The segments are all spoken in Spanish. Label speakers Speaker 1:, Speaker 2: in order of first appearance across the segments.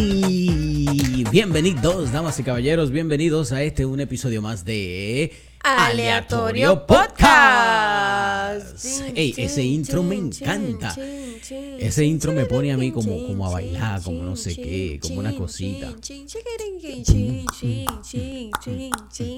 Speaker 1: ok. Bienvenidos, damas y caballeros, bienvenidos a este un episodio más de
Speaker 2: Aleatorio Podcast.
Speaker 1: Ey, ese intro me encanta. Ese intro me pone a mí como, como a bailar, como no sé qué, como una cosita.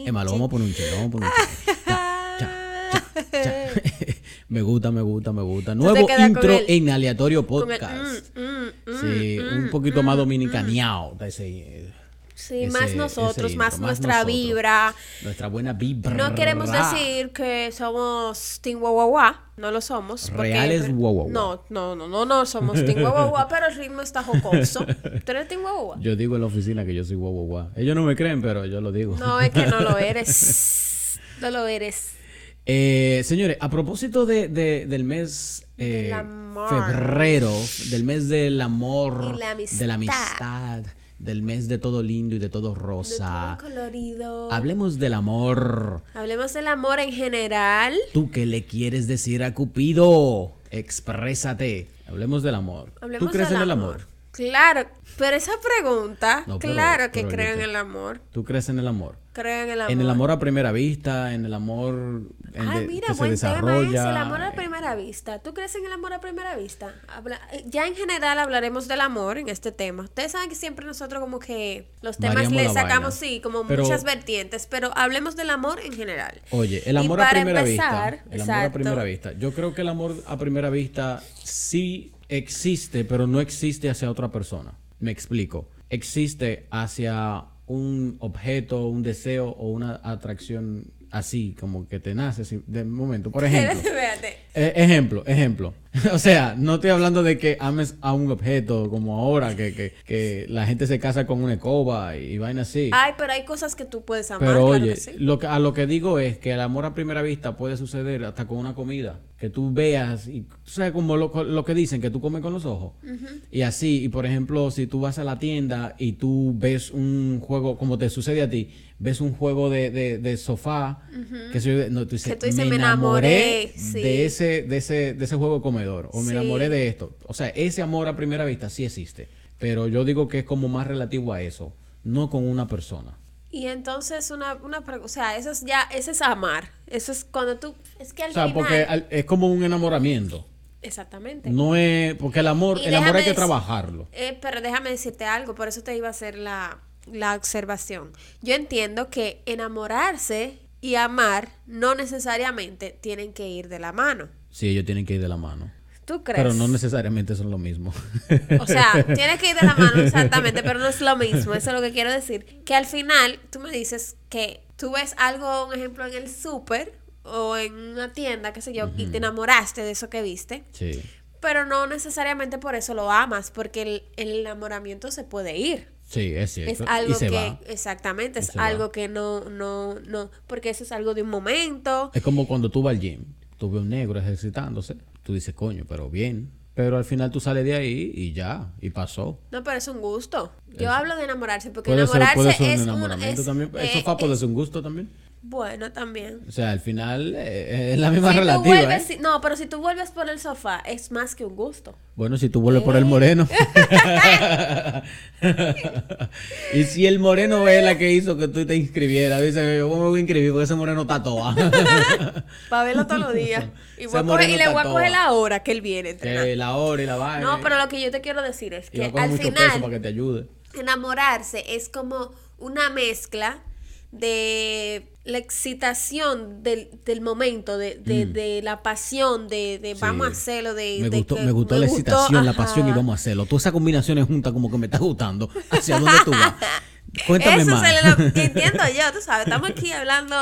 Speaker 1: Emma, lo vamos a poner un chelo, vamos a poner un chelo. Cha, cha, cha, cha. Me gusta, me gusta, me gusta. Nuevo
Speaker 2: quedas con
Speaker 1: intro
Speaker 2: el-
Speaker 1: en aleatorio
Speaker 2: Con el,
Speaker 1: podcast.
Speaker 2: mm, mm, mm,
Speaker 1: Sí,
Speaker 2: mm.
Speaker 1: un poquito más dominicaneado. de ese, eh,
Speaker 2: Sí,
Speaker 1: ese-
Speaker 2: más
Speaker 1: ese
Speaker 2: nosotros,
Speaker 1: intro,
Speaker 2: más, nuestra
Speaker 1: nosotros.
Speaker 2: vibra.
Speaker 1: Nuestra buena vibra.
Speaker 2: No queremos decir que somos Team Guaguaguá, no lo somos.
Speaker 1: Reales guaguaguá.
Speaker 2: No, no, no, no, no somos Team Guaguaguá, pero el ritmo está jocoso. ¿Tú eres Team Guaguaguá?
Speaker 1: Yo digo en la oficina que yo soy guau, guau, guau. Ellos no me creen, pero yo lo digo.
Speaker 2: No, es que no lo eres. No lo eres.
Speaker 1: Eh, señores, a propósito de, de- del mes eh,
Speaker 2: Del amor.
Speaker 1: febrero, del mes del amor,
Speaker 2: Y la
Speaker 1: de la amistad, del mes de todo lindo y de todo rosa,
Speaker 2: Todo colorido.
Speaker 1: hablemos del amor.
Speaker 2: Hablemos del amor en general.
Speaker 1: ¿Tú qué le quieres decir a Cupido? Exprésate. Hablemos del amor.
Speaker 2: Hablemos
Speaker 1: ¿Tú crees
Speaker 2: del
Speaker 1: en el
Speaker 2: amor.
Speaker 1: amor?
Speaker 2: Claro, pero esa pregunta,
Speaker 1: No, pero-
Speaker 2: claro que
Speaker 1: pero yo
Speaker 2: creo en
Speaker 1: te-
Speaker 2: el amor.
Speaker 1: ¿Tú crees en el amor?
Speaker 2: Creo en el amor.
Speaker 1: En el amor a primera vista, en el amor en
Speaker 2: Ah,
Speaker 1: de-
Speaker 2: mira,
Speaker 1: que se
Speaker 2: buen tema
Speaker 1: desarrolla.
Speaker 2: es el amor a
Speaker 1: eh,
Speaker 2: primera vista. ¿Tú crees en el amor a primera vista? Habla- eh, Ya en general hablaremos del amor en este tema. Ustedes saben que siempre nosotros como que los temas
Speaker 1: Variamos
Speaker 2: le
Speaker 1: la
Speaker 2: sacamos,
Speaker 1: vaina.
Speaker 2: sí, como
Speaker 1: Pero-
Speaker 2: muchas vertientes, pero hablemos del amor en general.
Speaker 1: Oye, el
Speaker 2: Y
Speaker 1: amor a
Speaker 2: para
Speaker 1: primera
Speaker 2: empezar,
Speaker 1: vista. El amor a
Speaker 2: exacto.
Speaker 1: primera vista. Yo creo que el amor a primera vista sí existe, pero no existe hacia otra persona. Me explico. Existe hacia un objeto, un deseo o una atracción así, como que te nace si- de momento. Por ejemplo.
Speaker 2: Espérate.
Speaker 1: Eh, ejemplo, ejemplo. O sea, no estoy hablando de que ames a un objeto como ahora, que, que, que la gente se casa con una escoba y, vaina así.
Speaker 2: Ay, pero hay cosas que tú puedes amar, claro
Speaker 1: Pero oye,
Speaker 2: que sí.
Speaker 1: lo que- a lo que digo es que el amor a primera vista puede suceder hasta con una comida. Que tú veas, y, tú sabes como lo, lo que dicen, que tú comes con los ojos. Y así, y por ejemplo, si tú vas a la tienda y tú ves un juego, como te sucede a ti, ves un juego de, de, de sofá, que sé yo, de- no, tú dices,
Speaker 2: Que tú dices,
Speaker 1: me
Speaker 2: "Me enamoré",
Speaker 1: enamoré
Speaker 2: sí.
Speaker 1: de, ese, de, ese, de ese juego de comedor, o
Speaker 2: Sí.
Speaker 1: me enamoré de esto. O sea, ese amor a primera vista sí existe, pero yo digo que es como más relativo a eso, no con una persona.
Speaker 2: Y entonces una, una pre- o sea, eso es ya, eso es amar. Eso es cuando tú, es que al
Speaker 1: O sea,
Speaker 2: final-
Speaker 1: porque al- es como un enamoramiento.
Speaker 2: exactamente.
Speaker 1: No es. Porque el amor,
Speaker 2: Y
Speaker 1: el amor
Speaker 2: déjame
Speaker 1: hay que
Speaker 2: dec-
Speaker 1: trabajarlo.
Speaker 2: Eh, pero déjame decirte algo, por eso te iba a hacer la, la observación. Yo entiendo que enamorarse y amar no necesariamente tienen que ir de la mano.
Speaker 1: Sí, ellos tienen que ir de la mano.
Speaker 2: ¿Tú crees?
Speaker 1: Pero no necesariamente son lo mismo.
Speaker 2: O sea, tienes que ir de la mano exactamente, pero no es lo mismo. Eso es lo que quiero decir. Que al final tú me dices que tú ves algo, un ejemplo, en el súper o en una tienda, qué sé yo, y te enamoraste de eso que viste,
Speaker 1: Sí.
Speaker 2: pero no necesariamente por eso lo amas, porque el, el enamoramiento se puede ir.
Speaker 1: Sí, es
Speaker 2: Es
Speaker 1: cierto.
Speaker 2: algo
Speaker 1: y se
Speaker 2: que,
Speaker 1: va.
Speaker 2: exactamente,
Speaker 1: Y
Speaker 2: es
Speaker 1: se va.
Speaker 2: algo que no, no, no, porque eso es algo de un momento.
Speaker 1: Es como cuando tú vas al gym. Tú ves un negro ejercitándose. Tú dices, coño, pero bien. Pero al final tú sales de ahí y ya. Y pasó.
Speaker 2: No, pero es un gusto. Yo hablo de enamorarse, porque
Speaker 1: Puede ser,
Speaker 2: enamorarse
Speaker 1: puede ser un
Speaker 2: es
Speaker 1: enamoramiento
Speaker 2: es-
Speaker 1: también.
Speaker 2: eh,
Speaker 1: Eso fue, puede ser un gusto también.
Speaker 2: bueno, también.
Speaker 1: O sea, al final eh, es la misma
Speaker 2: Si tú
Speaker 1: relativa. ¿eh?
Speaker 2: vuelves- si- no, pero si tú vuelves por el sofá, es más que un gusto.
Speaker 1: Bueno, si tú vuelves por el moreno. y si el moreno es la que hizo que tú te inscribieras, dice, yo me voy a inscribir porque ese moreno está toa.
Speaker 2: Para verlo todos los días. Y, voy
Speaker 1: Ese
Speaker 2: a coger- y
Speaker 1: moreno
Speaker 2: le voy a
Speaker 1: tatúa.
Speaker 2: coger la hora que él viene. a entrenar.
Speaker 1: que la hora y la vaina.
Speaker 2: No, pero lo que yo te quiero decir es
Speaker 1: y va
Speaker 2: que
Speaker 1: a coger
Speaker 2: al
Speaker 1: mucho
Speaker 2: final
Speaker 1: peso para que te ayude.
Speaker 2: enamorarse es como una mezcla de la excitación del, del momento, de, de, de la pasión, de, de
Speaker 1: Mm. Sí.
Speaker 2: vamos a hacerlo, de...
Speaker 1: Me
Speaker 2: de
Speaker 1: gustó,
Speaker 2: que-
Speaker 1: me gustó la excitación, la
Speaker 2: ajá.
Speaker 1: pasión y vamos a hacerlo. Todas esas combinaciones juntas como que me está gustando. ¿Hacia dónde tú vas? Cuéntame
Speaker 2: Eso
Speaker 1: más.
Speaker 2: se lo que entiendo yo, tú sabes, estamos aquí hablando...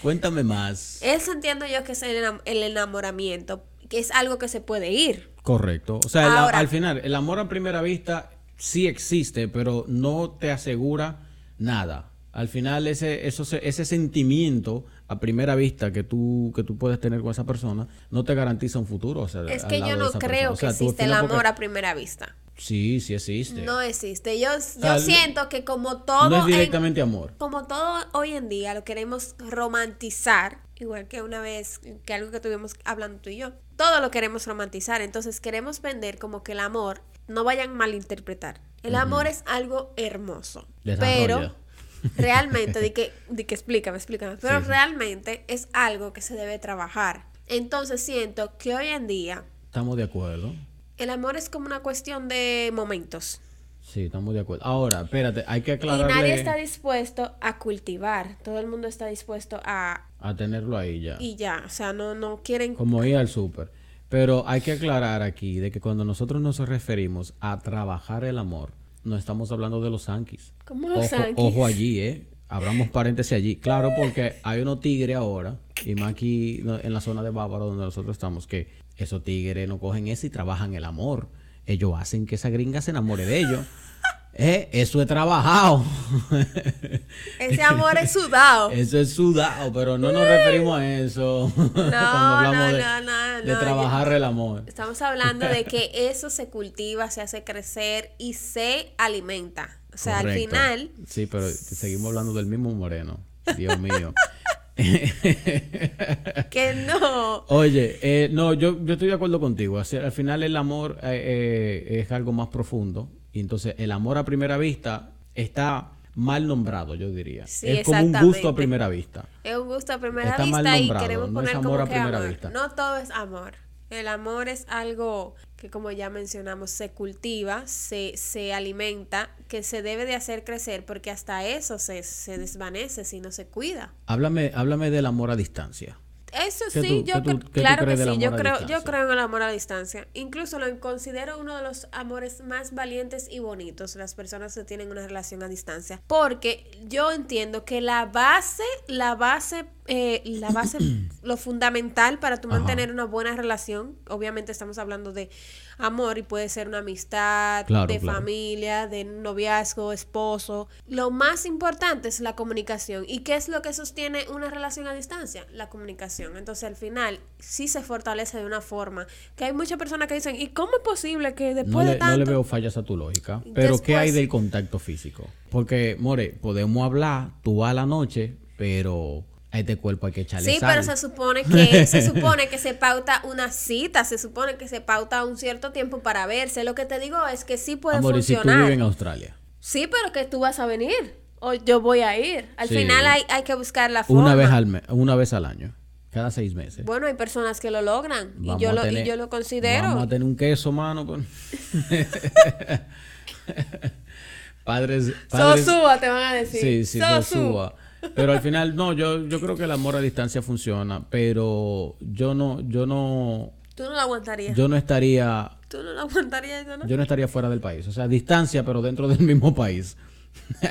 Speaker 1: Cuéntame más.
Speaker 2: Eso entiendo yo que es el, enam- el enamoramiento, que es algo que se puede ir.
Speaker 1: Correcto. O sea, el a-
Speaker 2: Ahora-
Speaker 1: al final, el amor a primera vista sí existe, pero no te asegura nada. Al final, ese, eso, se- ese sentimiento a primera vista que tú, que tú puedes tener con esa persona no te garantiza un futuro. o sea,
Speaker 2: Es
Speaker 1: al
Speaker 2: que
Speaker 1: lado
Speaker 2: yo
Speaker 1: de
Speaker 2: no
Speaker 1: esa
Speaker 2: creo
Speaker 1: persona. O sea,
Speaker 2: que
Speaker 1: tú al
Speaker 2: existe el
Speaker 1: final, porque-
Speaker 2: amor a primera vista.
Speaker 1: Sí, sí existe.
Speaker 2: No existe. Yo,
Speaker 1: sea,
Speaker 2: yo
Speaker 1: no-
Speaker 2: siento que como todo...
Speaker 1: No es
Speaker 2: en-
Speaker 1: directamente amor.
Speaker 2: como todo hoy en día lo queremos romantizar, igual que una vez que algo que tuvimos hablando tú y yo, todo lo queremos romantizar, entonces queremos vender como que el amor no vayan a malinterpretar. El amor es algo hermoso.
Speaker 1: Desarrolla.
Speaker 2: Pero realmente, de que, de que explícame, explícame. Pero
Speaker 1: Sí, sí.
Speaker 2: realmente es algo que se debe trabajar. Entonces siento que hoy en día
Speaker 1: Estamos de acuerdo.
Speaker 2: el amor es como una cuestión de momentos.
Speaker 1: Sí, estamos de acuerdo. Ahora, espérate, hay que
Speaker 2: Y nadie
Speaker 1: aclararle
Speaker 2: está dispuesto a cultivar. Todo el mundo está dispuesto a...
Speaker 1: a tenerlo ahí ya.
Speaker 2: Y ya, o sea, no, no quieren...
Speaker 1: Como ir al súper. Pero hay que aclarar aquí de que cuando nosotros nos referimos a trabajar el amor, no estamos hablando de los Sankis.
Speaker 2: ¿Cómo los
Speaker 1: ojo,
Speaker 2: Yankees?
Speaker 1: ojo allí, ¿eh? Abramos paréntesis allí. Claro, porque hay unos tigres ahora, y más aquí no, en la zona de Bávaro donde nosotros estamos, que esos tigres no cogen eso y trabajan el amor. Ellos hacen que esa gringa se enamore de ellos. Eh, Eso es trabajado.
Speaker 2: Ese amor es sudado.
Speaker 1: Eso es sudado, pero no nos referimos a eso. cuando hablamos
Speaker 2: no,
Speaker 1: de,
Speaker 2: no, no,
Speaker 1: de
Speaker 2: no,
Speaker 1: trabajar el amor.
Speaker 2: Estamos hablando de que eso se cultiva, se hace crecer y se alimenta. O sea, al
Speaker 1: Correcto.
Speaker 2: final,
Speaker 1: Sí, pero seguimos hablando del mismo moreno. Dios mío.
Speaker 2: que no.
Speaker 1: Oye, eh, no, yo, yo estoy de acuerdo contigo. Así, al final el amor eh, eh, es algo más profundo. Y entonces el amor a primera vista está mal nombrado, yo diría.
Speaker 2: Sí,
Speaker 1: es como un gusto a
Speaker 2: exactamente.
Speaker 1: primera vista.
Speaker 2: Es un gusto a primera
Speaker 1: Está mal
Speaker 2: vista y
Speaker 1: nombrado,
Speaker 2: queremos
Speaker 1: no es
Speaker 2: poner
Speaker 1: amor
Speaker 2: como
Speaker 1: a
Speaker 2: que
Speaker 1: primera
Speaker 2: amor.
Speaker 1: vista.
Speaker 2: No todo es amor. El amor es algo que, como ya mencionamos, se cultiva, se, se alimenta, que se debe de hacer crecer, porque hasta eso se, se desvanece si no se cuida.
Speaker 1: Háblame, háblame del amor a distancia.
Speaker 2: Eso
Speaker 1: ¿Qué
Speaker 2: sí,
Speaker 1: tú-
Speaker 2: yo
Speaker 1: qué
Speaker 2: cre-
Speaker 1: tú- qué tú
Speaker 2: claro que
Speaker 1: crees del
Speaker 2: sí, yo
Speaker 1: amor a
Speaker 2: creo, yo
Speaker 1: distancia?
Speaker 2: creo en el amor a distancia. Incluso lo considero uno de los amores más valientes y bonitos, las personas que tienen una relación a distancia, porque yo entiendo que la base, la base, eh, la base, lo fundamental para tu
Speaker 1: Ajá.
Speaker 2: mantener una buena relación, obviamente estamos hablando de amor y puede ser una amistad,
Speaker 1: Claro,
Speaker 2: de
Speaker 1: claro.
Speaker 2: familia, de noviazgo, esposo. Lo más importante es la comunicación. ¿Y qué es lo que sostiene una relación a distancia? La comunicación. Entonces, al final, sí se fortalece de una forma. Que hay muchas personas que dicen, ¿y cómo es posible que
Speaker 1: No
Speaker 2: después
Speaker 1: le,
Speaker 2: de
Speaker 1: no le
Speaker 2: tanto...
Speaker 1: veo fallas a tu lógica. Pero ¿qué
Speaker 2: Después-
Speaker 1: hay del contacto físico? Porque, More, podemos hablar, tú vas a la noche, pero a este cuerpo hay que echarle
Speaker 2: Sí,
Speaker 1: sal.
Speaker 2: pero se supone que se supone que se pauta una cita, se supone que se pauta un cierto tiempo para verse. Lo que te digo es que sí puede
Speaker 1: Amor, y si tú
Speaker 2: funcionar.
Speaker 1: vives en Australia.
Speaker 2: Sí, pero que tú vas a venir o yo voy a ir. Al
Speaker 1: Sí.
Speaker 2: final hay, hay que buscar la forma.
Speaker 1: Una vez, al me- una vez al año, cada seis meses.
Speaker 2: Bueno, hay personas que lo logran
Speaker 1: Este. Vamos
Speaker 2: y yo
Speaker 1: a
Speaker 2: lo
Speaker 1: tener-
Speaker 2: y yo lo considero.
Speaker 1: Vamos a tener un queso, mano. con- padres, padres.
Speaker 2: Sosúa te van a decir.
Speaker 1: Sí, sí,
Speaker 2: Sosú.
Speaker 1: Sosúa. Pero al final, no, yo, yo creo que el amor a distancia funciona, pero yo no, yo no,
Speaker 2: Tú no lo aguantarías.
Speaker 1: yo no estaría,
Speaker 2: Tú no lo aguantarías eso, ¿no?
Speaker 1: yo no estaría fuera del país. O sea, distancia, pero dentro del mismo país.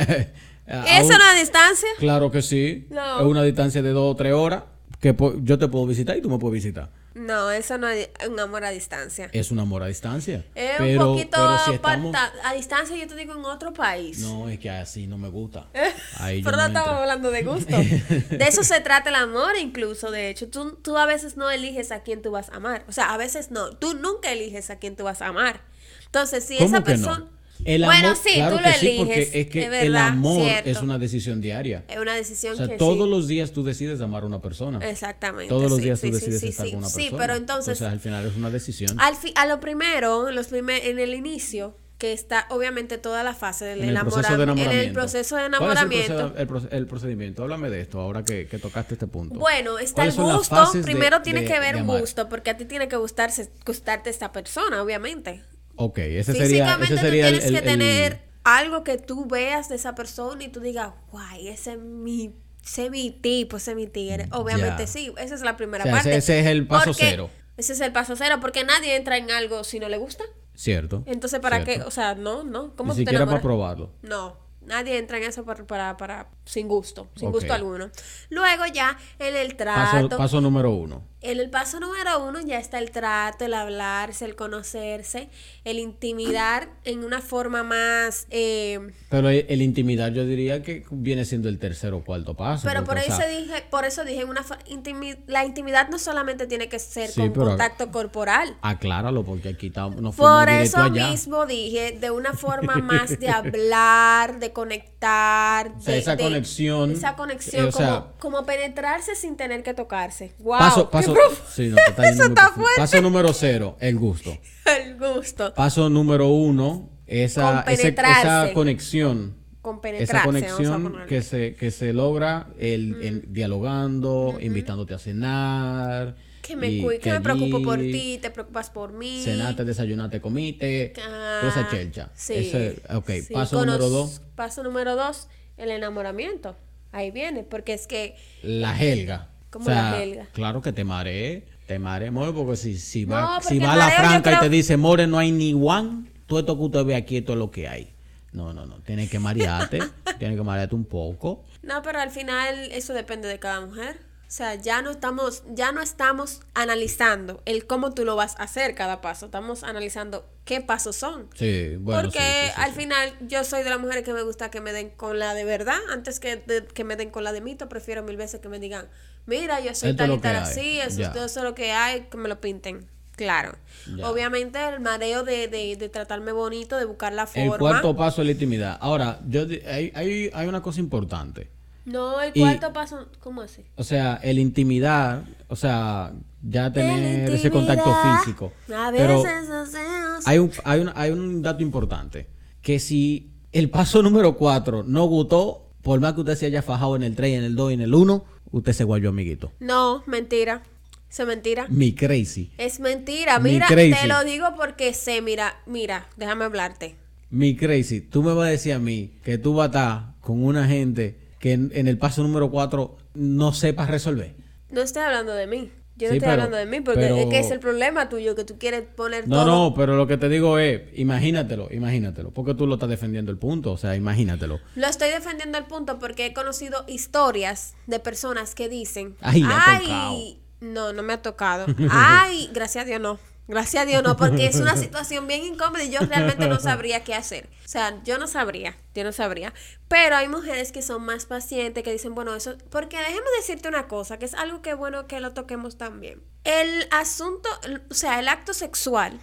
Speaker 1: A
Speaker 2: Eso
Speaker 1: un-
Speaker 2: no a distancia.
Speaker 1: Claro que sí.
Speaker 2: No.
Speaker 1: Es una distancia de dos o tres horas que po- yo te puedo visitar y tú me puedes visitar.
Speaker 2: No, eso no es un amor a distancia.
Speaker 1: Es un amor a distancia.
Speaker 2: Es
Speaker 1: pero,
Speaker 2: un poquito
Speaker 1: pero si
Speaker 2: aparta-
Speaker 1: estamos...
Speaker 2: a distancia, yo te digo en otro país.
Speaker 1: No, es que así no me gusta. Ahí yo
Speaker 2: Pero
Speaker 1: no
Speaker 2: no estamos
Speaker 1: entro.
Speaker 2: hablando de gusto. De eso se trata el amor, incluso. De hecho, tú, tú a veces no eliges a quién tú vas a amar. O sea, a veces no. Tú nunca eliges a quién tú vas a amar. Entonces, si
Speaker 1: ¿Cómo
Speaker 2: esa
Speaker 1: que
Speaker 2: persona.
Speaker 1: no? El
Speaker 2: bueno,
Speaker 1: amor-
Speaker 2: sí,
Speaker 1: claro
Speaker 2: tú lo
Speaker 1: que sí,
Speaker 2: eliges.
Speaker 1: porque es que
Speaker 2: de verdad,
Speaker 1: el amor
Speaker 2: cierto.
Speaker 1: es una decisión diaria.
Speaker 2: Es una decisión
Speaker 1: O sea,
Speaker 2: que sí.
Speaker 1: todos los días tú decides amar a una persona.
Speaker 2: Exactamente.
Speaker 1: Todos los
Speaker 2: sí,
Speaker 1: días
Speaker 2: sí,
Speaker 1: tú
Speaker 2: sí,
Speaker 1: decides
Speaker 2: sí,
Speaker 1: estar
Speaker 2: sí.
Speaker 1: con una persona.
Speaker 2: Sí, pero entonces, Ah,
Speaker 1: al final es una decisión.
Speaker 2: al fi- a lo primero, los primer, en el inicio, que está obviamente toda la fase del
Speaker 1: En el proceso de
Speaker 2: enamoramiento.
Speaker 1: enamoramiento.
Speaker 2: En el proceso de
Speaker 1: ¿Cuál es el
Speaker 2: enamoramiento.
Speaker 1: proceda- el, proce- el procedimiento. Háblame de esto ahora que, que tocaste este punto.
Speaker 2: Bueno, está el
Speaker 1: ¿Cuáles son las
Speaker 2: gusto.
Speaker 1: fases de-
Speaker 2: Primero tiene
Speaker 1: de-
Speaker 2: que ver
Speaker 1: de
Speaker 2: un
Speaker 1: amar?
Speaker 2: gusto, porque a ti tiene que gustarse, gustarte esta persona, obviamente.
Speaker 1: Ok, ese sería,
Speaker 2: Físicamente
Speaker 1: ese sería
Speaker 2: tú
Speaker 1: el-
Speaker 2: tienes
Speaker 1: el-
Speaker 2: que
Speaker 1: el-
Speaker 2: tener algo que tú veas de esa persona y tú digas, guay, ese es mi, ese es mi tipo, ese es mi tigre. Obviamente
Speaker 1: Ya.
Speaker 2: sí, esa es la primera
Speaker 1: O sea, ese-
Speaker 2: parte.
Speaker 1: ese es el paso
Speaker 2: Porque-
Speaker 1: cero.
Speaker 2: Ese es el paso cero, porque nadie entra en algo si no le gusta.
Speaker 1: Cierto.
Speaker 2: Entonces, ¿para
Speaker 1: cierto.
Speaker 2: qué? O sea, no, no. ¿Cómo
Speaker 1: Ni
Speaker 2: tú te
Speaker 1: siquiera para
Speaker 2: enamoras?
Speaker 1: probarlo.
Speaker 2: No, nadie entra en eso por- para, para, sin gusto, sin
Speaker 1: Ok.
Speaker 2: gusto alguno. Luego ya en el
Speaker 1: Paso,
Speaker 2: trato,
Speaker 1: paso número uno.
Speaker 2: en el paso número uno ya está el trato, el hablarse, el conocerse, el intimidar en una forma más... eh,
Speaker 1: Pero el, el intimidar yo diría que viene siendo el tercer o cuarto paso.
Speaker 2: pero por
Speaker 1: porque,
Speaker 2: ahí
Speaker 1: o sea,
Speaker 2: se dije, por eso dije, una fa- intimi- la intimidad no solamente tiene que ser
Speaker 1: Sí,
Speaker 2: con
Speaker 1: pero-
Speaker 2: contacto corporal.
Speaker 1: Acláralo porque aquí estamos, nos fuimos
Speaker 2: Por
Speaker 1: directo
Speaker 2: eso
Speaker 1: allá.
Speaker 2: mismo dije, de una forma más de hablar, de conectar,
Speaker 1: O sea,
Speaker 2: de-
Speaker 1: esa
Speaker 2: de-
Speaker 1: conexión,
Speaker 2: esa conexión,
Speaker 1: eh, o sea-
Speaker 2: como, como penetrarse sin tener que tocarse. Wow,
Speaker 1: Paso, paso,
Speaker 2: profunda.
Speaker 1: Sí, no, te está yendo
Speaker 2: Eso
Speaker 1: muy
Speaker 2: está
Speaker 1: profundo.
Speaker 2: fuerte.
Speaker 1: Paso número cero, el gusto.
Speaker 2: El gusto.
Speaker 1: Paso número uno, esa, ese-
Speaker 2: Compenetrarse.
Speaker 1: esa conexión.
Speaker 2: Con
Speaker 1: Esa
Speaker 2: penetrarse. vamos a Mm.
Speaker 1: conexión
Speaker 2: ponerle.
Speaker 1: que se, que se logra el, en- dialogando, invitándote a cenar.
Speaker 2: Mm-hmm. Que me,
Speaker 1: y
Speaker 2: cui- que me preocupo por
Speaker 1: allí
Speaker 2: ti, te preocupas por mí.
Speaker 1: Cenaste, desayunaste, comiste.
Speaker 2: Ah,
Speaker 1: toda esa chelcha.
Speaker 2: sí.
Speaker 1: Ese- ok,
Speaker 2: Sí,
Speaker 1: paso
Speaker 2: conoz-
Speaker 1: número dos,
Speaker 2: Paso número dos, el enamoramiento. Ahí viene, porque es que
Speaker 1: la helga.
Speaker 2: ¿Cómo la helga?
Speaker 1: Claro que te mareé, te mareé, more, porque si, si va,
Speaker 2: No, porque
Speaker 1: si va
Speaker 2: el
Speaker 1: la
Speaker 2: mareo yo
Speaker 1: franca y
Speaker 2: creo-
Speaker 1: te dice, more, no hay ni one, tú esto que usted ve aquí, esto es lo que hay. No, no, no, tienes que marearte, tienes que marearte un poco.
Speaker 2: No, pero al final eso depende de cada mujer. O sea, ya no estamos, ya no estamos analizando el cómo tú lo vas a hacer cada paso. Estamos analizando qué pasos son.
Speaker 1: Sí, bueno.
Speaker 2: Porque
Speaker 1: sí, sí, sí,
Speaker 2: al
Speaker 1: sí.
Speaker 2: final yo soy de las mujeres que me gusta que me den con la de verdad antes que, de- que me den con la de mito. Prefiero mil veces que me digan, mira, yo soy
Speaker 1: Esto es
Speaker 2: tal
Speaker 1: lo
Speaker 2: y tal
Speaker 1: que hay,
Speaker 2: así, eso,
Speaker 1: ya.
Speaker 2: es- eso es lo que hay, que me lo pinten. Claro.
Speaker 1: Ya.
Speaker 2: Obviamente el mareo de, de, de tratarme bonito, de buscar la
Speaker 1: El
Speaker 2: forma.
Speaker 1: cuarto paso es la intimidad. Ahora, yo di- hay, hay, hay una cosa importante.
Speaker 2: no, el
Speaker 1: y-
Speaker 2: cuarto paso, ¿cómo así?
Speaker 1: O sea, el intimidar, o sea, ya tener
Speaker 2: la
Speaker 1: ese contacto
Speaker 2: intimidad.
Speaker 1: físico.
Speaker 2: A
Speaker 1: Pero
Speaker 2: veces hacemos-
Speaker 1: hay un, hay, un, hay un dato importante, que si el paso número 4 no gustó, por más que usted se haya fajado en el 3, en el 2 y en el 1, usted se guayó, amiguito.
Speaker 2: No, mentira. Eso es mentira.
Speaker 1: Mi crazy.
Speaker 2: Es mentira.
Speaker 1: Ni
Speaker 2: Mira,
Speaker 1: crazy.
Speaker 2: te lo digo porque sé, mira, mira, déjame hablarte.
Speaker 1: Mi crazy, tú me vas a decir a mí que tú vas a estar con una gente que en, en el paso número 4 no sepas resolver.
Speaker 2: No estoy hablando de mí. Yo no
Speaker 1: Sí,
Speaker 2: estoy
Speaker 1: pero-
Speaker 2: hablando de mí porque
Speaker 1: pero-
Speaker 2: es que es el problema tuyo que tú quieres poner todo.
Speaker 1: No, no, pero lo que te digo es, imagínatelo, imagínatelo, porque tú lo estás defendiendo el punto, o sea, imagínatelo.
Speaker 2: Lo estoy defendiendo al punto porque he conocido historias de personas que dicen,
Speaker 1: Ay, le ha tocado".
Speaker 2: no, no me ha tocado. Ay, gracias a Dios no. Gracias a Dios no, porque es una situación bien incómoda y yo realmente no sabría qué hacer. O sea, yo no sabría, yo no sabría. Pero hay mujeres que son más pacientes, que dicen, bueno, eso, porque déjame decirte una cosa, que es algo que es bueno que lo toquemos también. El asunto, o sea, el acto sexual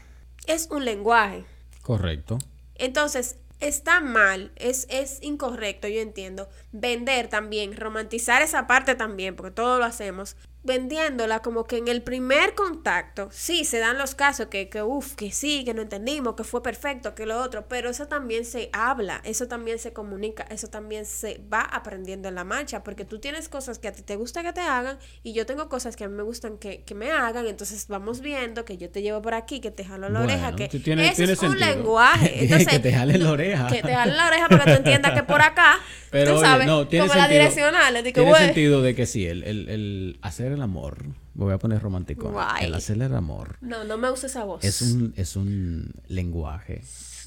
Speaker 2: es un lenguaje.
Speaker 1: Correcto.
Speaker 2: Entonces, está mal, es, es incorrecto, yo entiendo, vender también, romantizar esa parte también, porque todo lo hacemos, vendiéndola como que en el primer contacto, sí, se dan los casos que, que uff, que sí, que no entendimos, que fue perfecto, que lo otro, pero eso también se habla, eso también se comunica, eso también se va aprendiendo en la marcha, porque tú tienes cosas que a ti te gusta que te hagan y yo tengo cosas que a mí me gustan que, que me hagan, entonces vamos viendo que yo te llevo por aquí, que te jalo la oreja,
Speaker 1: Bueno,
Speaker 2: que
Speaker 1: tú tienes-
Speaker 2: eso
Speaker 1: tiene
Speaker 2: es un
Speaker 1: sentido.
Speaker 2: lenguaje.
Speaker 1: Que-
Speaker 2: Entonces,
Speaker 1: que te jalen la
Speaker 2: no,
Speaker 1: oreja.
Speaker 2: Que te jalen la oreja para que tú entiendas que por acá, tú
Speaker 1: Pero oye,
Speaker 2: sabes,
Speaker 1: no, tiene
Speaker 2: como la
Speaker 1: sentido.
Speaker 2: direccional. de que,
Speaker 1: tiene
Speaker 2: güey,
Speaker 1: sentido de que sí, el, el- el hacer el amor, me voy a poner romántico.
Speaker 2: Guay.
Speaker 1: El hacer el amor
Speaker 2: No, no me uses esa voz.
Speaker 1: es un, es un lenguaje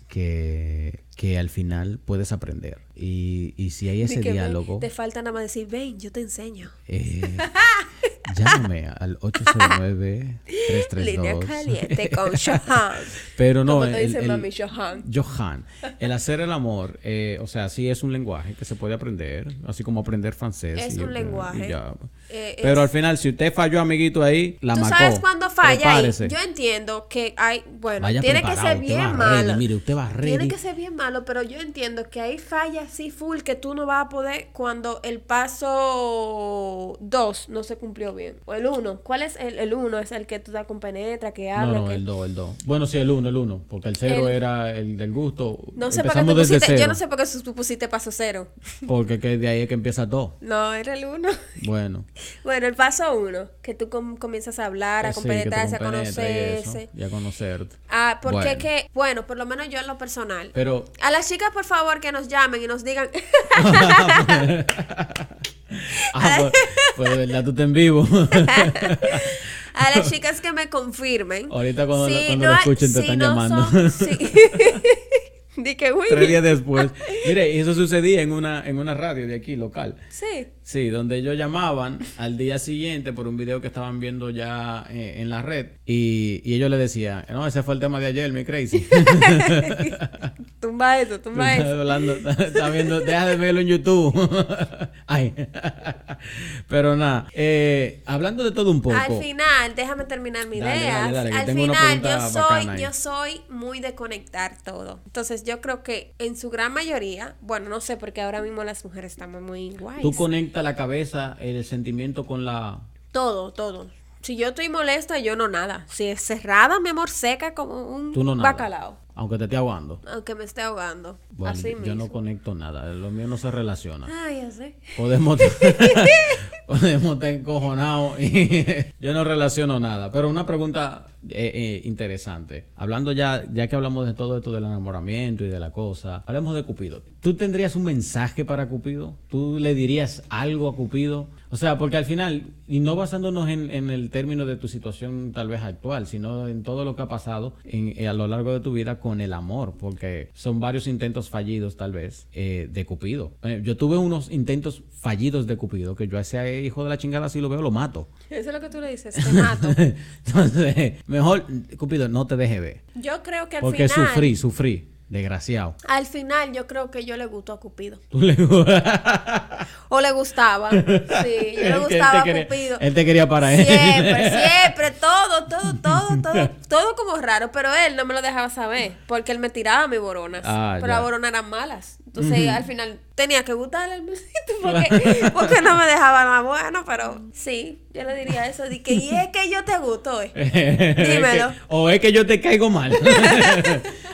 Speaker 1: que, que al final puedes aprender. Y, y si hay
Speaker 2: Di
Speaker 1: ese
Speaker 2: que, güey,
Speaker 1: diálogo,
Speaker 2: Te falta nada más decir, ven, yo te enseño.
Speaker 1: eh, llámame al 809-332.
Speaker 2: Línea caliente con Shohan.
Speaker 1: Pero no,
Speaker 2: Como te
Speaker 1: el-
Speaker 2: dice
Speaker 1: el-
Speaker 2: mami Shohan.
Speaker 1: Johan, el hacer el amor, eh, o sea, sí es un lenguaje que se puede aprender, así como aprender francés.
Speaker 2: Es
Speaker 1: y-
Speaker 2: un
Speaker 1: y
Speaker 2: lenguaje.
Speaker 1: ya.
Speaker 2: Eh, es-
Speaker 1: Pero al final, si usted falló, amiguito, ahí, la
Speaker 2: Tú
Speaker 1: marcó.
Speaker 2: sabes cuando falla ahí.
Speaker 1: Prepárese.
Speaker 2: Yo entiendo que hay, bueno,
Speaker 1: Vaya
Speaker 2: tiene que
Speaker 1: preparado,
Speaker 2: ser
Speaker 1: usted va
Speaker 2: bien
Speaker 1: ready,
Speaker 2: malo.
Speaker 1: mire, usted va
Speaker 2: Tiene
Speaker 1: ready.
Speaker 2: que ser bien malo, pero yo entiendo que hay fallas así full que tú no vas a poder cuando el paso 2 no se cumplió bien. O el 1. ¿Cuál es el, el 1? Es el que tú te compenetra, que
Speaker 1: No,
Speaker 2: habla,
Speaker 1: no,
Speaker 2: que...
Speaker 1: el 2, el 2. Bueno, sí, el 1, el 1, porque el 0
Speaker 2: El-
Speaker 1: era el del gusto.
Speaker 2: No sé por qué
Speaker 1: Empezamos
Speaker 2: tú
Speaker 1: desde
Speaker 2: pusiste, yo
Speaker 1: cero,
Speaker 2: no sé por qué tú pusiste paso 0.
Speaker 1: Porque que de ahí es que empieza todo.
Speaker 2: No, era el 1.
Speaker 1: Bueno.
Speaker 2: Bueno, el paso 1, que tú com- comienzas a hablar, a
Speaker 1: Eh, sí, que te
Speaker 2: compenetrarse, a
Speaker 1: compenetra y eso,
Speaker 2: conocerse.
Speaker 1: Y a conocerte.
Speaker 2: Ah, porque
Speaker 1: Bueno.
Speaker 2: que, bueno, por lo menos yo en lo personal.
Speaker 1: Pero
Speaker 2: A las chicas, por favor, que nos llamen y nos digan.
Speaker 1: Ah, pues, pues de verdad tú estás en vivo.
Speaker 2: a las chicas que me confirmen.
Speaker 1: Ahorita cuando lo- cuando lo
Speaker 2: hay-
Speaker 1: escuchen te están llamando.
Speaker 2: son- sí. Di que uy.
Speaker 1: Tres días después. Mire, eso sucedía en una, en una radio de aquí, local.
Speaker 2: Sí.
Speaker 1: Sí, donde ellos llamaban al día siguiente por un video que estaban viendo ya eh, en la red. Y, y ellos le decían, no, ese fue el tema de ayer, mi crazy.
Speaker 2: Tumba eso,
Speaker 1: Tú
Speaker 2: tumba
Speaker 1: estás
Speaker 2: eso.
Speaker 1: hablando, estás viendo, deja de verlo en YouTube. Ay. Pero nada, eh, hablando de todo un poco.
Speaker 2: Al final, déjame terminar mi
Speaker 1: Dale,
Speaker 2: idea.
Speaker 1: dale, dale, que
Speaker 2: Al
Speaker 1: tengo una
Speaker 2: final, yo
Speaker 1: pregunta bacana
Speaker 2: soy,
Speaker 1: ahí.
Speaker 2: yo soy muy de conectar todo. Entonces, yo creo que en su gran mayoría, bueno, no sé, porque ahora mismo las mujeres estamos muy guays.
Speaker 1: Tú conectas la cabeza, el sentimiento con la...
Speaker 2: Todo, todo. O Si yo estoy molesta, yo no nada. Si es cerrada, mi amor, seca como un
Speaker 1: Tú no nada.
Speaker 2: bacalao.
Speaker 1: Aunque te esté ahogando.
Speaker 2: Aunque me esté ahogando.
Speaker 1: Bueno,
Speaker 2: Así
Speaker 1: yo no
Speaker 2: mismo.
Speaker 1: conecto nada. Lo mío no se relaciona.
Speaker 2: Ah, ya sé.
Speaker 1: Podemos estar, podemos estar encojonados. y yo no relaciono nada. Pero una pregunta eh, eh, interesante. Hablando ya, ya que hablamos de todo esto del enamoramiento y de la cosa, hablemos de Cupido. ¿Tú tendrías un mensaje para Cupido? ¿Tú le dirías algo a Cupido? O sea, porque al final, y no basándonos en, en el término de tu situación tal vez actual, sino en todo lo que ha pasado en- eh, a lo largo de tu vida con el amor, porque son varios intentos fallidos tal vez eh, de Cupido. Eh, yo tuve unos intentos fallidos de Cupido, que yo a ese hijo de la chingada si lo veo lo mato.
Speaker 2: Eso es lo que tú le dices, te mato.
Speaker 1: Entonces, mejor, Cupido, no te deje ver.
Speaker 2: Yo creo que al
Speaker 1: Porque
Speaker 2: final.
Speaker 1: sufrí, sufrí, desgraciado.
Speaker 2: Al final, yo creo que yo le gustó a Cupido.
Speaker 1: Tú le...
Speaker 2: O le gustaba. Sí, yo le
Speaker 1: Él que- él te
Speaker 2: gustaba a
Speaker 1: quería-
Speaker 2: Cupido.
Speaker 1: Él te quería para él.
Speaker 2: Siempre, siempre, todo, todo, todo, todo, todo como raro, pero él no me lo dejaba saber, porque él me tiraba mis boronas,
Speaker 1: Ah,
Speaker 2: pero
Speaker 1: ya.
Speaker 2: las boronas eran malas, entonces al final tenía que gustarle al mesito porque, porque no me dejaba nada bueno, pero sí, yo le diría eso, de que, y es que yo te gusto, eh". Dímelo.
Speaker 1: Es que- o es que yo te caigo mal.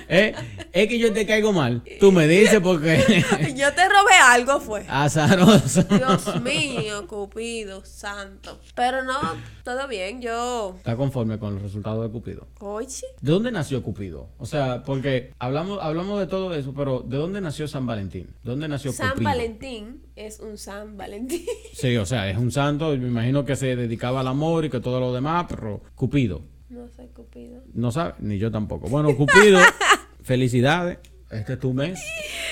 Speaker 1: Eh, Es que yo te caigo mal. Tú me dices porque
Speaker 2: yo te robé algo fue.
Speaker 1: azaroso.
Speaker 2: Dios mío, Cupido, santo. Pero no, todo bien, yo...
Speaker 1: ¿Está conforme con el resultado de Cupido?
Speaker 2: Oye,
Speaker 1: ¿De dónde nació Cupido? O sea, porque hablamos, hablamos de todo eso, pero ¿de dónde nació San Valentín? ¿De dónde nació
Speaker 2: San
Speaker 1: Cupido?
Speaker 2: Valentín es un San Valentín.
Speaker 1: Sí, o sea, es un santo, me imagino que se dedicaba al amor y que todo lo demás, pero Cupido,
Speaker 2: No sé, Cupido.
Speaker 1: no sabe, ni yo tampoco. Bueno, Cupido, felicidades, este es tu mes.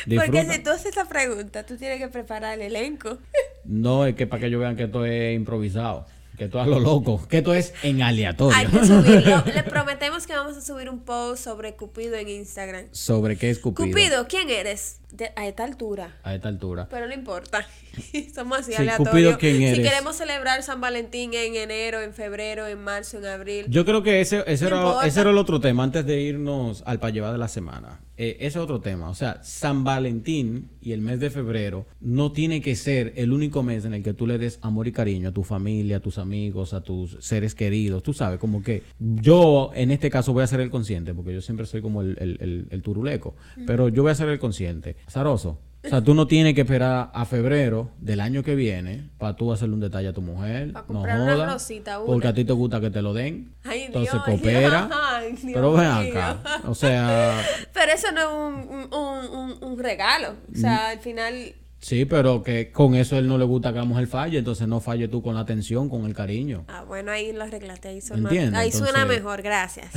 Speaker 1: Disfruta.
Speaker 2: Porque si tú haces esa pregunta, tú tienes que preparar el elenco.
Speaker 1: No, es que para que ellos vean que esto es improvisado, que esto es a lo loco, que esto es en aleatorio.
Speaker 2: Hay que subirlo. Le prometemos que vamos a subir un post sobre Cupido en Instagram.
Speaker 1: Sobre qué es Cupido,
Speaker 2: Cupido, ¿quién eres? De- a esta altura.
Speaker 1: a esta altura.
Speaker 2: Pero no importa. Somos así
Speaker 1: Sí,
Speaker 2: aleatorios.
Speaker 1: Cupido, ¿quién
Speaker 2: Si
Speaker 1: eres?
Speaker 2: queremos celebrar San Valentín en enero, en febrero, en marzo, en abril.
Speaker 1: Yo creo que ese, ese,
Speaker 2: No
Speaker 1: era,
Speaker 2: importa.
Speaker 1: ese era el otro tema antes de irnos al para llevar de la semana. Eh, ese otro tema, o sea, San Valentín y el mes de febrero no tiene que ser el único mes en el que tú le des amor y cariño a tu familia, a tus amigos, a tus seres queridos. Tú sabes, como que yo en este caso voy a ser el consciente, porque yo siempre soy como el, el- el- el turuleco,
Speaker 2: Mm.
Speaker 1: pero yo voy a ser el consciente. Zaroso. O sea, tú no tienes que esperar a febrero del año que viene para tú hacerle un detalle a tu mujer.
Speaker 2: Pa'
Speaker 1: no
Speaker 2: comprar una
Speaker 1: jodas,
Speaker 2: rosita, una.
Speaker 1: Porque a ti te gusta que te lo den.
Speaker 2: Ay,
Speaker 1: Entonces
Speaker 2: Dios,
Speaker 1: coopera.
Speaker 2: ay, Dios
Speaker 1: pero ven
Speaker 2: mío.
Speaker 1: acá. O sea,
Speaker 2: Pero eso no es un, un- un- un- un regalo. O
Speaker 1: Mm.
Speaker 2: sea, al final.
Speaker 1: sí, pero que con eso a él no le gusta que la mujer falle. Entonces no falle tú con la atención, con el cariño.
Speaker 2: Ah, bueno, ahí lo arreglaste. Ahí suena,
Speaker 1: Entiendo,
Speaker 2: ahí suena
Speaker 1: entonces-
Speaker 2: mejor, gracias.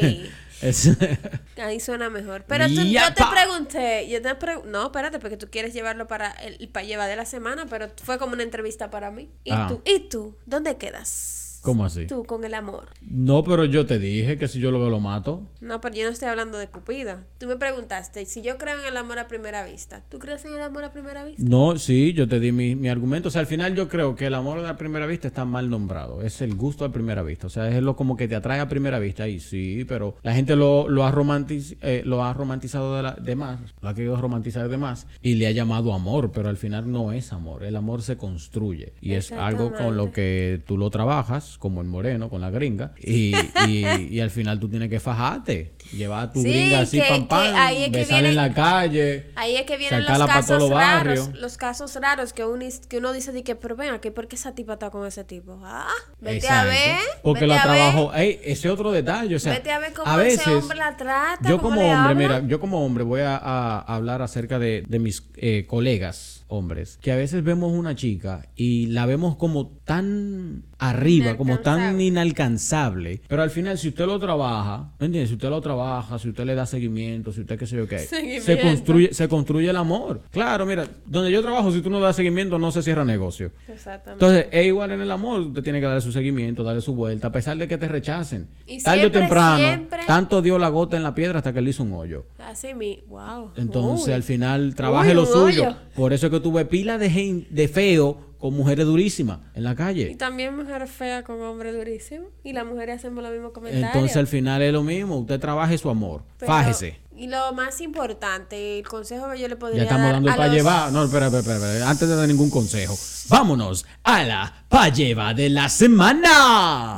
Speaker 2: Sí.
Speaker 1: Es-
Speaker 2: Ahí suena mejor. Pero tú- yo te
Speaker 1: Yapa.
Speaker 2: pregunté, yo te pregu- no, espérate, porque tú quieres llevarlo para el para llevar de la semana, pero fue como una entrevista para mí. ¿Y
Speaker 1: Ah.
Speaker 2: tú? ¿Y tú? ¿Dónde quedas?
Speaker 1: ¿Cómo así?
Speaker 2: Tú con el amor.
Speaker 1: No, pero yo te dije que si yo lo veo lo mato.
Speaker 2: No, pero yo no estoy hablando de Cupida. Tú me preguntaste si yo creo en el amor a primera vista. ¿Tú crees en el amor a primera vista?
Speaker 1: No, sí, yo te di mi, mi argumento. O sea, al final yo creo que el amor a la primera vista está mal nombrado. Es el gusto a primera vista. O sea, es lo como que te atrae a primera vista. Y sí, pero la gente lo, lo, ha, romantiz- eh, lo ha romantizado de, la- de más. Lo ha querido romantizar de más. Y le ha llamado amor, pero al final no es amor. El amor se construye. Y es algo con lo que tú lo trabajas, como el moreno, con la gringa. Y, y, y al final tú tienes que fajarte. Llevar a tu
Speaker 2: Sí,
Speaker 1: gringa así,
Speaker 2: que-
Speaker 1: pam,
Speaker 2: que ahí es
Speaker 1: pam,
Speaker 2: que
Speaker 1: besar en
Speaker 2: viene-
Speaker 1: la calle.
Speaker 2: Ahí es que vienen los
Speaker 1: Sacala pa' todos
Speaker 2: casos
Speaker 1: los
Speaker 2: raros,
Speaker 1: barrios.
Speaker 2: los casos raros que uno, que uno dice de que, pero ven aquí, ¿por qué esa tipa está con ese tipo? Ah, vete a
Speaker 1: Exacto.
Speaker 2: ver.
Speaker 1: Porque
Speaker 2: vete
Speaker 1: la
Speaker 2: a ver.
Speaker 1: trabajo. Ey, ese otro detalle. O sea,
Speaker 2: Vete a ver cómo
Speaker 1: a veces,
Speaker 2: ese hombre la trata.
Speaker 1: Yo
Speaker 2: cómo
Speaker 1: como
Speaker 2: le
Speaker 1: hombre,
Speaker 2: habla.
Speaker 1: mira, yo como hombre voy a, a hablar acerca de, de mis eh, colegas hombres. Que a veces vemos una chica y la vemos como tan arriba, como tan
Speaker 2: Inalcanzable.
Speaker 1: inalcanzable. Pero al final, si usted lo trabaja, ¿me entiendes? Si usted lo trabaja, si usted le da seguimiento, si usted qué sé yo qué. Se
Speaker 2: Seguimiento.
Speaker 1: construye, se construye el amor. Claro, mira, donde yo trabajo, si tú no das seguimiento, no se cierra negocio.
Speaker 2: Exactamente.
Speaker 1: Entonces, es igual en el amor, usted tiene que darle su seguimiento, darle su vuelta, a pesar de que te rechacen.
Speaker 2: Y
Speaker 1: Tarde
Speaker 2: siempre,
Speaker 1: o temprano,
Speaker 2: siempre-
Speaker 1: tanto dio la gota en la piedra hasta que le hizo un hoyo.
Speaker 2: Así mi, wow.
Speaker 1: Entonces,
Speaker 2: Uy.
Speaker 1: al final, trabaje
Speaker 2: Uy,
Speaker 1: lo
Speaker 2: un
Speaker 1: suyo.
Speaker 2: hoyo.
Speaker 1: Por eso es que tuve pila de, gen- de feo con mujeres durísimas en la
Speaker 2: Y
Speaker 1: calle.
Speaker 2: también mujer fea con hombre durísimo. Y las mujeres hacemos los mismos comentarios.
Speaker 1: Entonces al final es lo mismo, usted trabaje su amor,
Speaker 2: Pero-
Speaker 1: fájese.
Speaker 2: Y lo más importante, el consejo que yo le podría
Speaker 1: Ya estamos
Speaker 2: dar
Speaker 1: dando el
Speaker 2: a
Speaker 1: pa'
Speaker 2: los-
Speaker 1: llevar. No, espera, espera, espera, espera. Antes de dar ningún consejo, vámonos a la pa' lleva de la semana.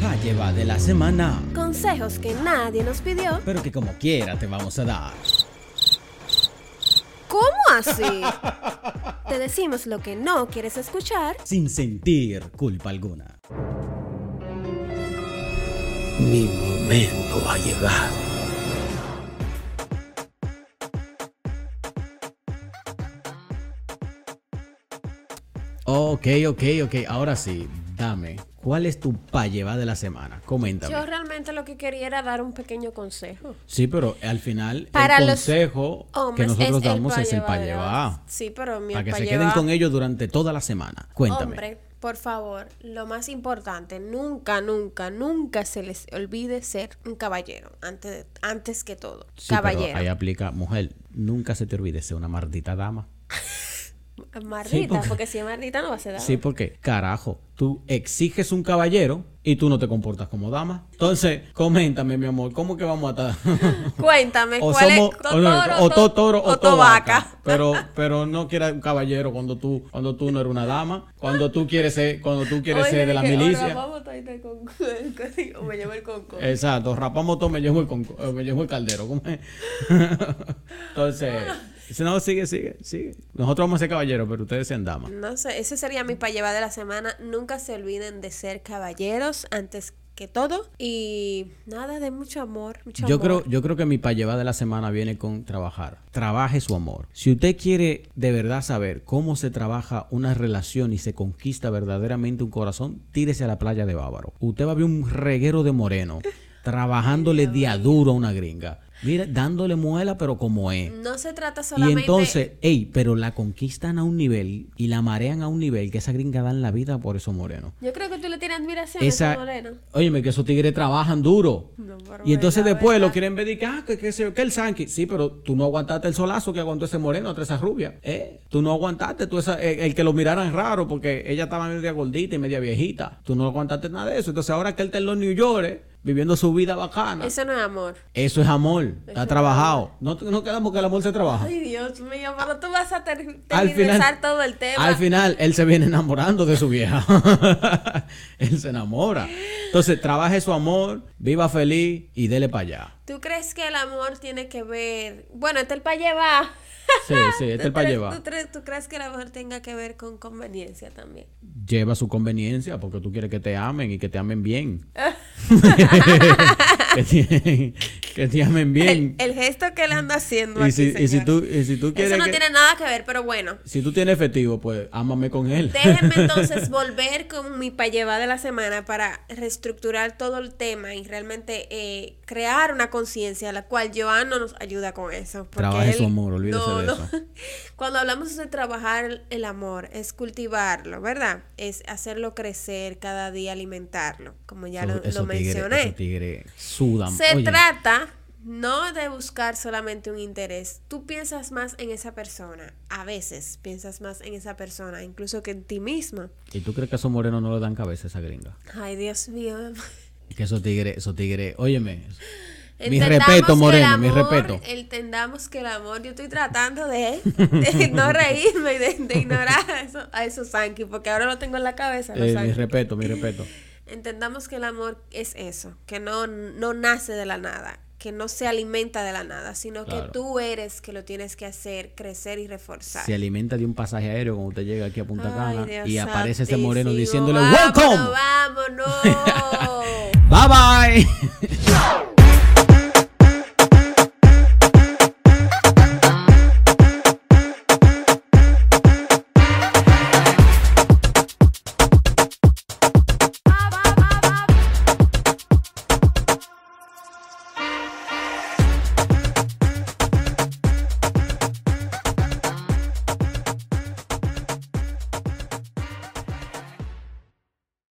Speaker 1: Pa' lleva de la semana.
Speaker 2: Consejos que nadie nos pidió.
Speaker 1: Pero que como quiera te vamos a dar.
Speaker 2: ¿Cómo así? Te decimos lo que no quieres escuchar.
Speaker 1: Sin sentir culpa alguna.
Speaker 3: Mi momento ha llegado.
Speaker 1: Ok, ok, ok. Ahora sí, dame. ¿Cuál es tu pa' lleva de la semana? Coméntame.
Speaker 2: Yo realmente lo que quería era dar un pequeño consejo.
Speaker 1: Sí, pero al final
Speaker 2: Para
Speaker 1: el
Speaker 2: los
Speaker 1: consejo que
Speaker 2: Hombres,
Speaker 1: nosotros
Speaker 2: es el
Speaker 1: damos
Speaker 2: pa'
Speaker 1: es el pa'
Speaker 2: llevar.
Speaker 1: llevar.
Speaker 2: Sí, pero mi
Speaker 1: Para que
Speaker 2: pa'
Speaker 1: se queden
Speaker 2: llevar-
Speaker 1: con ellos durante toda la semana. Cuéntame.
Speaker 2: Hombre, por favor, lo más importante, nunca, nunca, nunca se les olvide ser un caballero, antes, de- antes que todo.
Speaker 1: Sí, pero
Speaker 2: caballero.
Speaker 1: ahí aplica, mujer, nunca se te olvide ser una maldita dama.
Speaker 2: Mardita,
Speaker 1: Sí, porque-
Speaker 2: porque... si es mardita no va a ser dama.
Speaker 1: Sí, porque, carajo, tú exiges un caballero y tú no te comportas como dama. Entonces, coméntame, mi amor, ¿cómo que vamos a estar?
Speaker 2: Cuéntame,
Speaker 1: o
Speaker 2: Pues, ¿cuál
Speaker 1: somos
Speaker 2: es
Speaker 1: o no, o
Speaker 2: to-
Speaker 1: totoro o
Speaker 2: o
Speaker 1: tovaca.
Speaker 2: tovaca?
Speaker 1: Pero, pero no quieras un caballero cuando tú, cuando tú no eres una dama, cuando tú quieres ser, cuando tú quieres
Speaker 2: Oye,
Speaker 1: ser de la
Speaker 2: dije, ahora
Speaker 1: milicia.
Speaker 2: vamos todita con- con- o me llevo el conco.
Speaker 1: Exacto, rapamos todo, me llevo el, con- eh, me llevo el caldero. ¿cómo es? Entonces, si no, sigue, sigue, sigue. Nosotros vamos a ser caballeros, pero ustedes sean damas.
Speaker 2: No sé, ese sería mi pa' llevar de la semana. Nunca se olviden de ser caballeros antes que todo. Y nada, de mucho amor. Mucho
Speaker 1: Yo
Speaker 2: amor.
Speaker 1: creo, yo creo que mi llevar de la semana viene con trabajar. Trabaje su amor. Si usted quiere de verdad saber cómo se trabaja una relación y se conquista verdaderamente un corazón, tírese a la playa de Bávaro. Usted va a ver un reguero de moreno trabajándole día duro a una gringa. Mira, dándole muela, pero como es.
Speaker 2: No se trata
Speaker 1: Y
Speaker 2: solamente.
Speaker 1: entonces, ey, pero la conquistan a un nivel y la marean a un nivel que esa gringa dan la vida por esos morenos.
Speaker 2: Yo creo que tú le tienes admiración a
Speaker 1: Esa,
Speaker 2: esa morena.
Speaker 1: óyeme, que esos tigres trabajan duro.
Speaker 2: No, pero
Speaker 1: Y entonces
Speaker 2: bueno,
Speaker 1: después
Speaker 2: ¿verdad?
Speaker 1: lo quieren ver y que, ah, que, que, se- que el Sanqui. Sí, pero tú no aguantaste el solazo que aguantó ese moreno entre esas rubias. ¿eh? Tú no aguantaste tú esa- eh, el, el que lo miraran raro porque ella estaba media gordita y media viejita. Tú no aguantaste nada de eso. Entonces ahora que él está en los New York eh, viviendo su vida bacana.
Speaker 2: Eso no es amor.
Speaker 1: Eso es amor. Está trabajado. No, no quedamos que el amor se trabaja.
Speaker 2: Ay, Dios mío, pero tú vas a ter-
Speaker 1: Al final,
Speaker 2: tergiversar todo el tema.
Speaker 1: al final, él se viene enamorando de su vieja. él se enamora. Entonces, trabaje su amor, viva feliz y dele para allá.
Speaker 2: ¿Tú crees que el amor tiene que ver? Bueno, este es el pa' llevar.
Speaker 1: Sí, sí, este es el
Speaker 2: ¿Tú
Speaker 1: pa'
Speaker 2: crees-
Speaker 1: llevar.
Speaker 2: ¿tú, crees- tú crees que el amor tenga que ver con conveniencia también?
Speaker 1: Lleva su conveniencia porque tú quieres que te amen y que te amen bien. que, te, que te amen bien.
Speaker 2: El, el gesto que él anda haciendo
Speaker 1: Y
Speaker 2: aquí,
Speaker 1: si, y si
Speaker 2: señores.
Speaker 1: tú, y si tú quieres
Speaker 2: Eso no
Speaker 1: que-
Speaker 2: tiene nada que ver, pero bueno.
Speaker 1: Si tú tienes efectivo, pues ámame con él.
Speaker 2: Déjenme entonces volver con mi payeva de la semana para reestructurar todo el tema y realmente eh, crear una conciencia, la cual Joan no nos ayuda con eso. porque
Speaker 1: Trabaje
Speaker 2: él-
Speaker 1: su amor, olvídese de eso.
Speaker 2: Cuando hablamos de trabajar el- el amor, es cultivarlo, ¿verdad? Es hacerlo crecer cada día, alimentarlo, como ya lo,
Speaker 1: Esos- esos
Speaker 2: lo
Speaker 1: tigres-
Speaker 2: mencioné.
Speaker 1: esos tigres sudan.
Speaker 2: Se
Speaker 1: Oye,
Speaker 2: trata no de buscar solamente un interés. Tú piensas más en esa persona. A veces piensas más en esa persona, incluso que en ti misma.
Speaker 1: ¿Y tú crees que a esos morenos no le dan cabeza a esa gringa?
Speaker 2: Ay, Dios mío.
Speaker 1: Que esos tigres, esos tigres, óyeme. Mi
Speaker 2: Entendamos que
Speaker 1: respeto,
Speaker 2: el
Speaker 1: Moreno, mi
Speaker 2: amor-
Speaker 1: respeto.
Speaker 2: Entendamos que el amor, yo estoy tratando de, de no reírme y de, de ignorar a esos a esos Sankey, porque ahora lo tengo en la cabeza. los
Speaker 1: Eh, mi
Speaker 2: Sankey.
Speaker 1: respeto, mi respeto.
Speaker 2: Entendamos que el amor es eso, que no, no nace de la nada, que no se alimenta de la nada, sino
Speaker 1: Claro.
Speaker 2: que tú eres que lo tienes que hacer crecer y reforzar.
Speaker 1: se alimenta de un pasaje aéreo cuando usted llega aquí a Punta
Speaker 2: Ay,
Speaker 1: Cana
Speaker 2: Dios
Speaker 1: y aparece este ese
Speaker 2: santísimo,
Speaker 1: moreno diciéndole
Speaker 2: vámonos,
Speaker 1: welcome
Speaker 2: ¡Vámonos!
Speaker 1: bye bye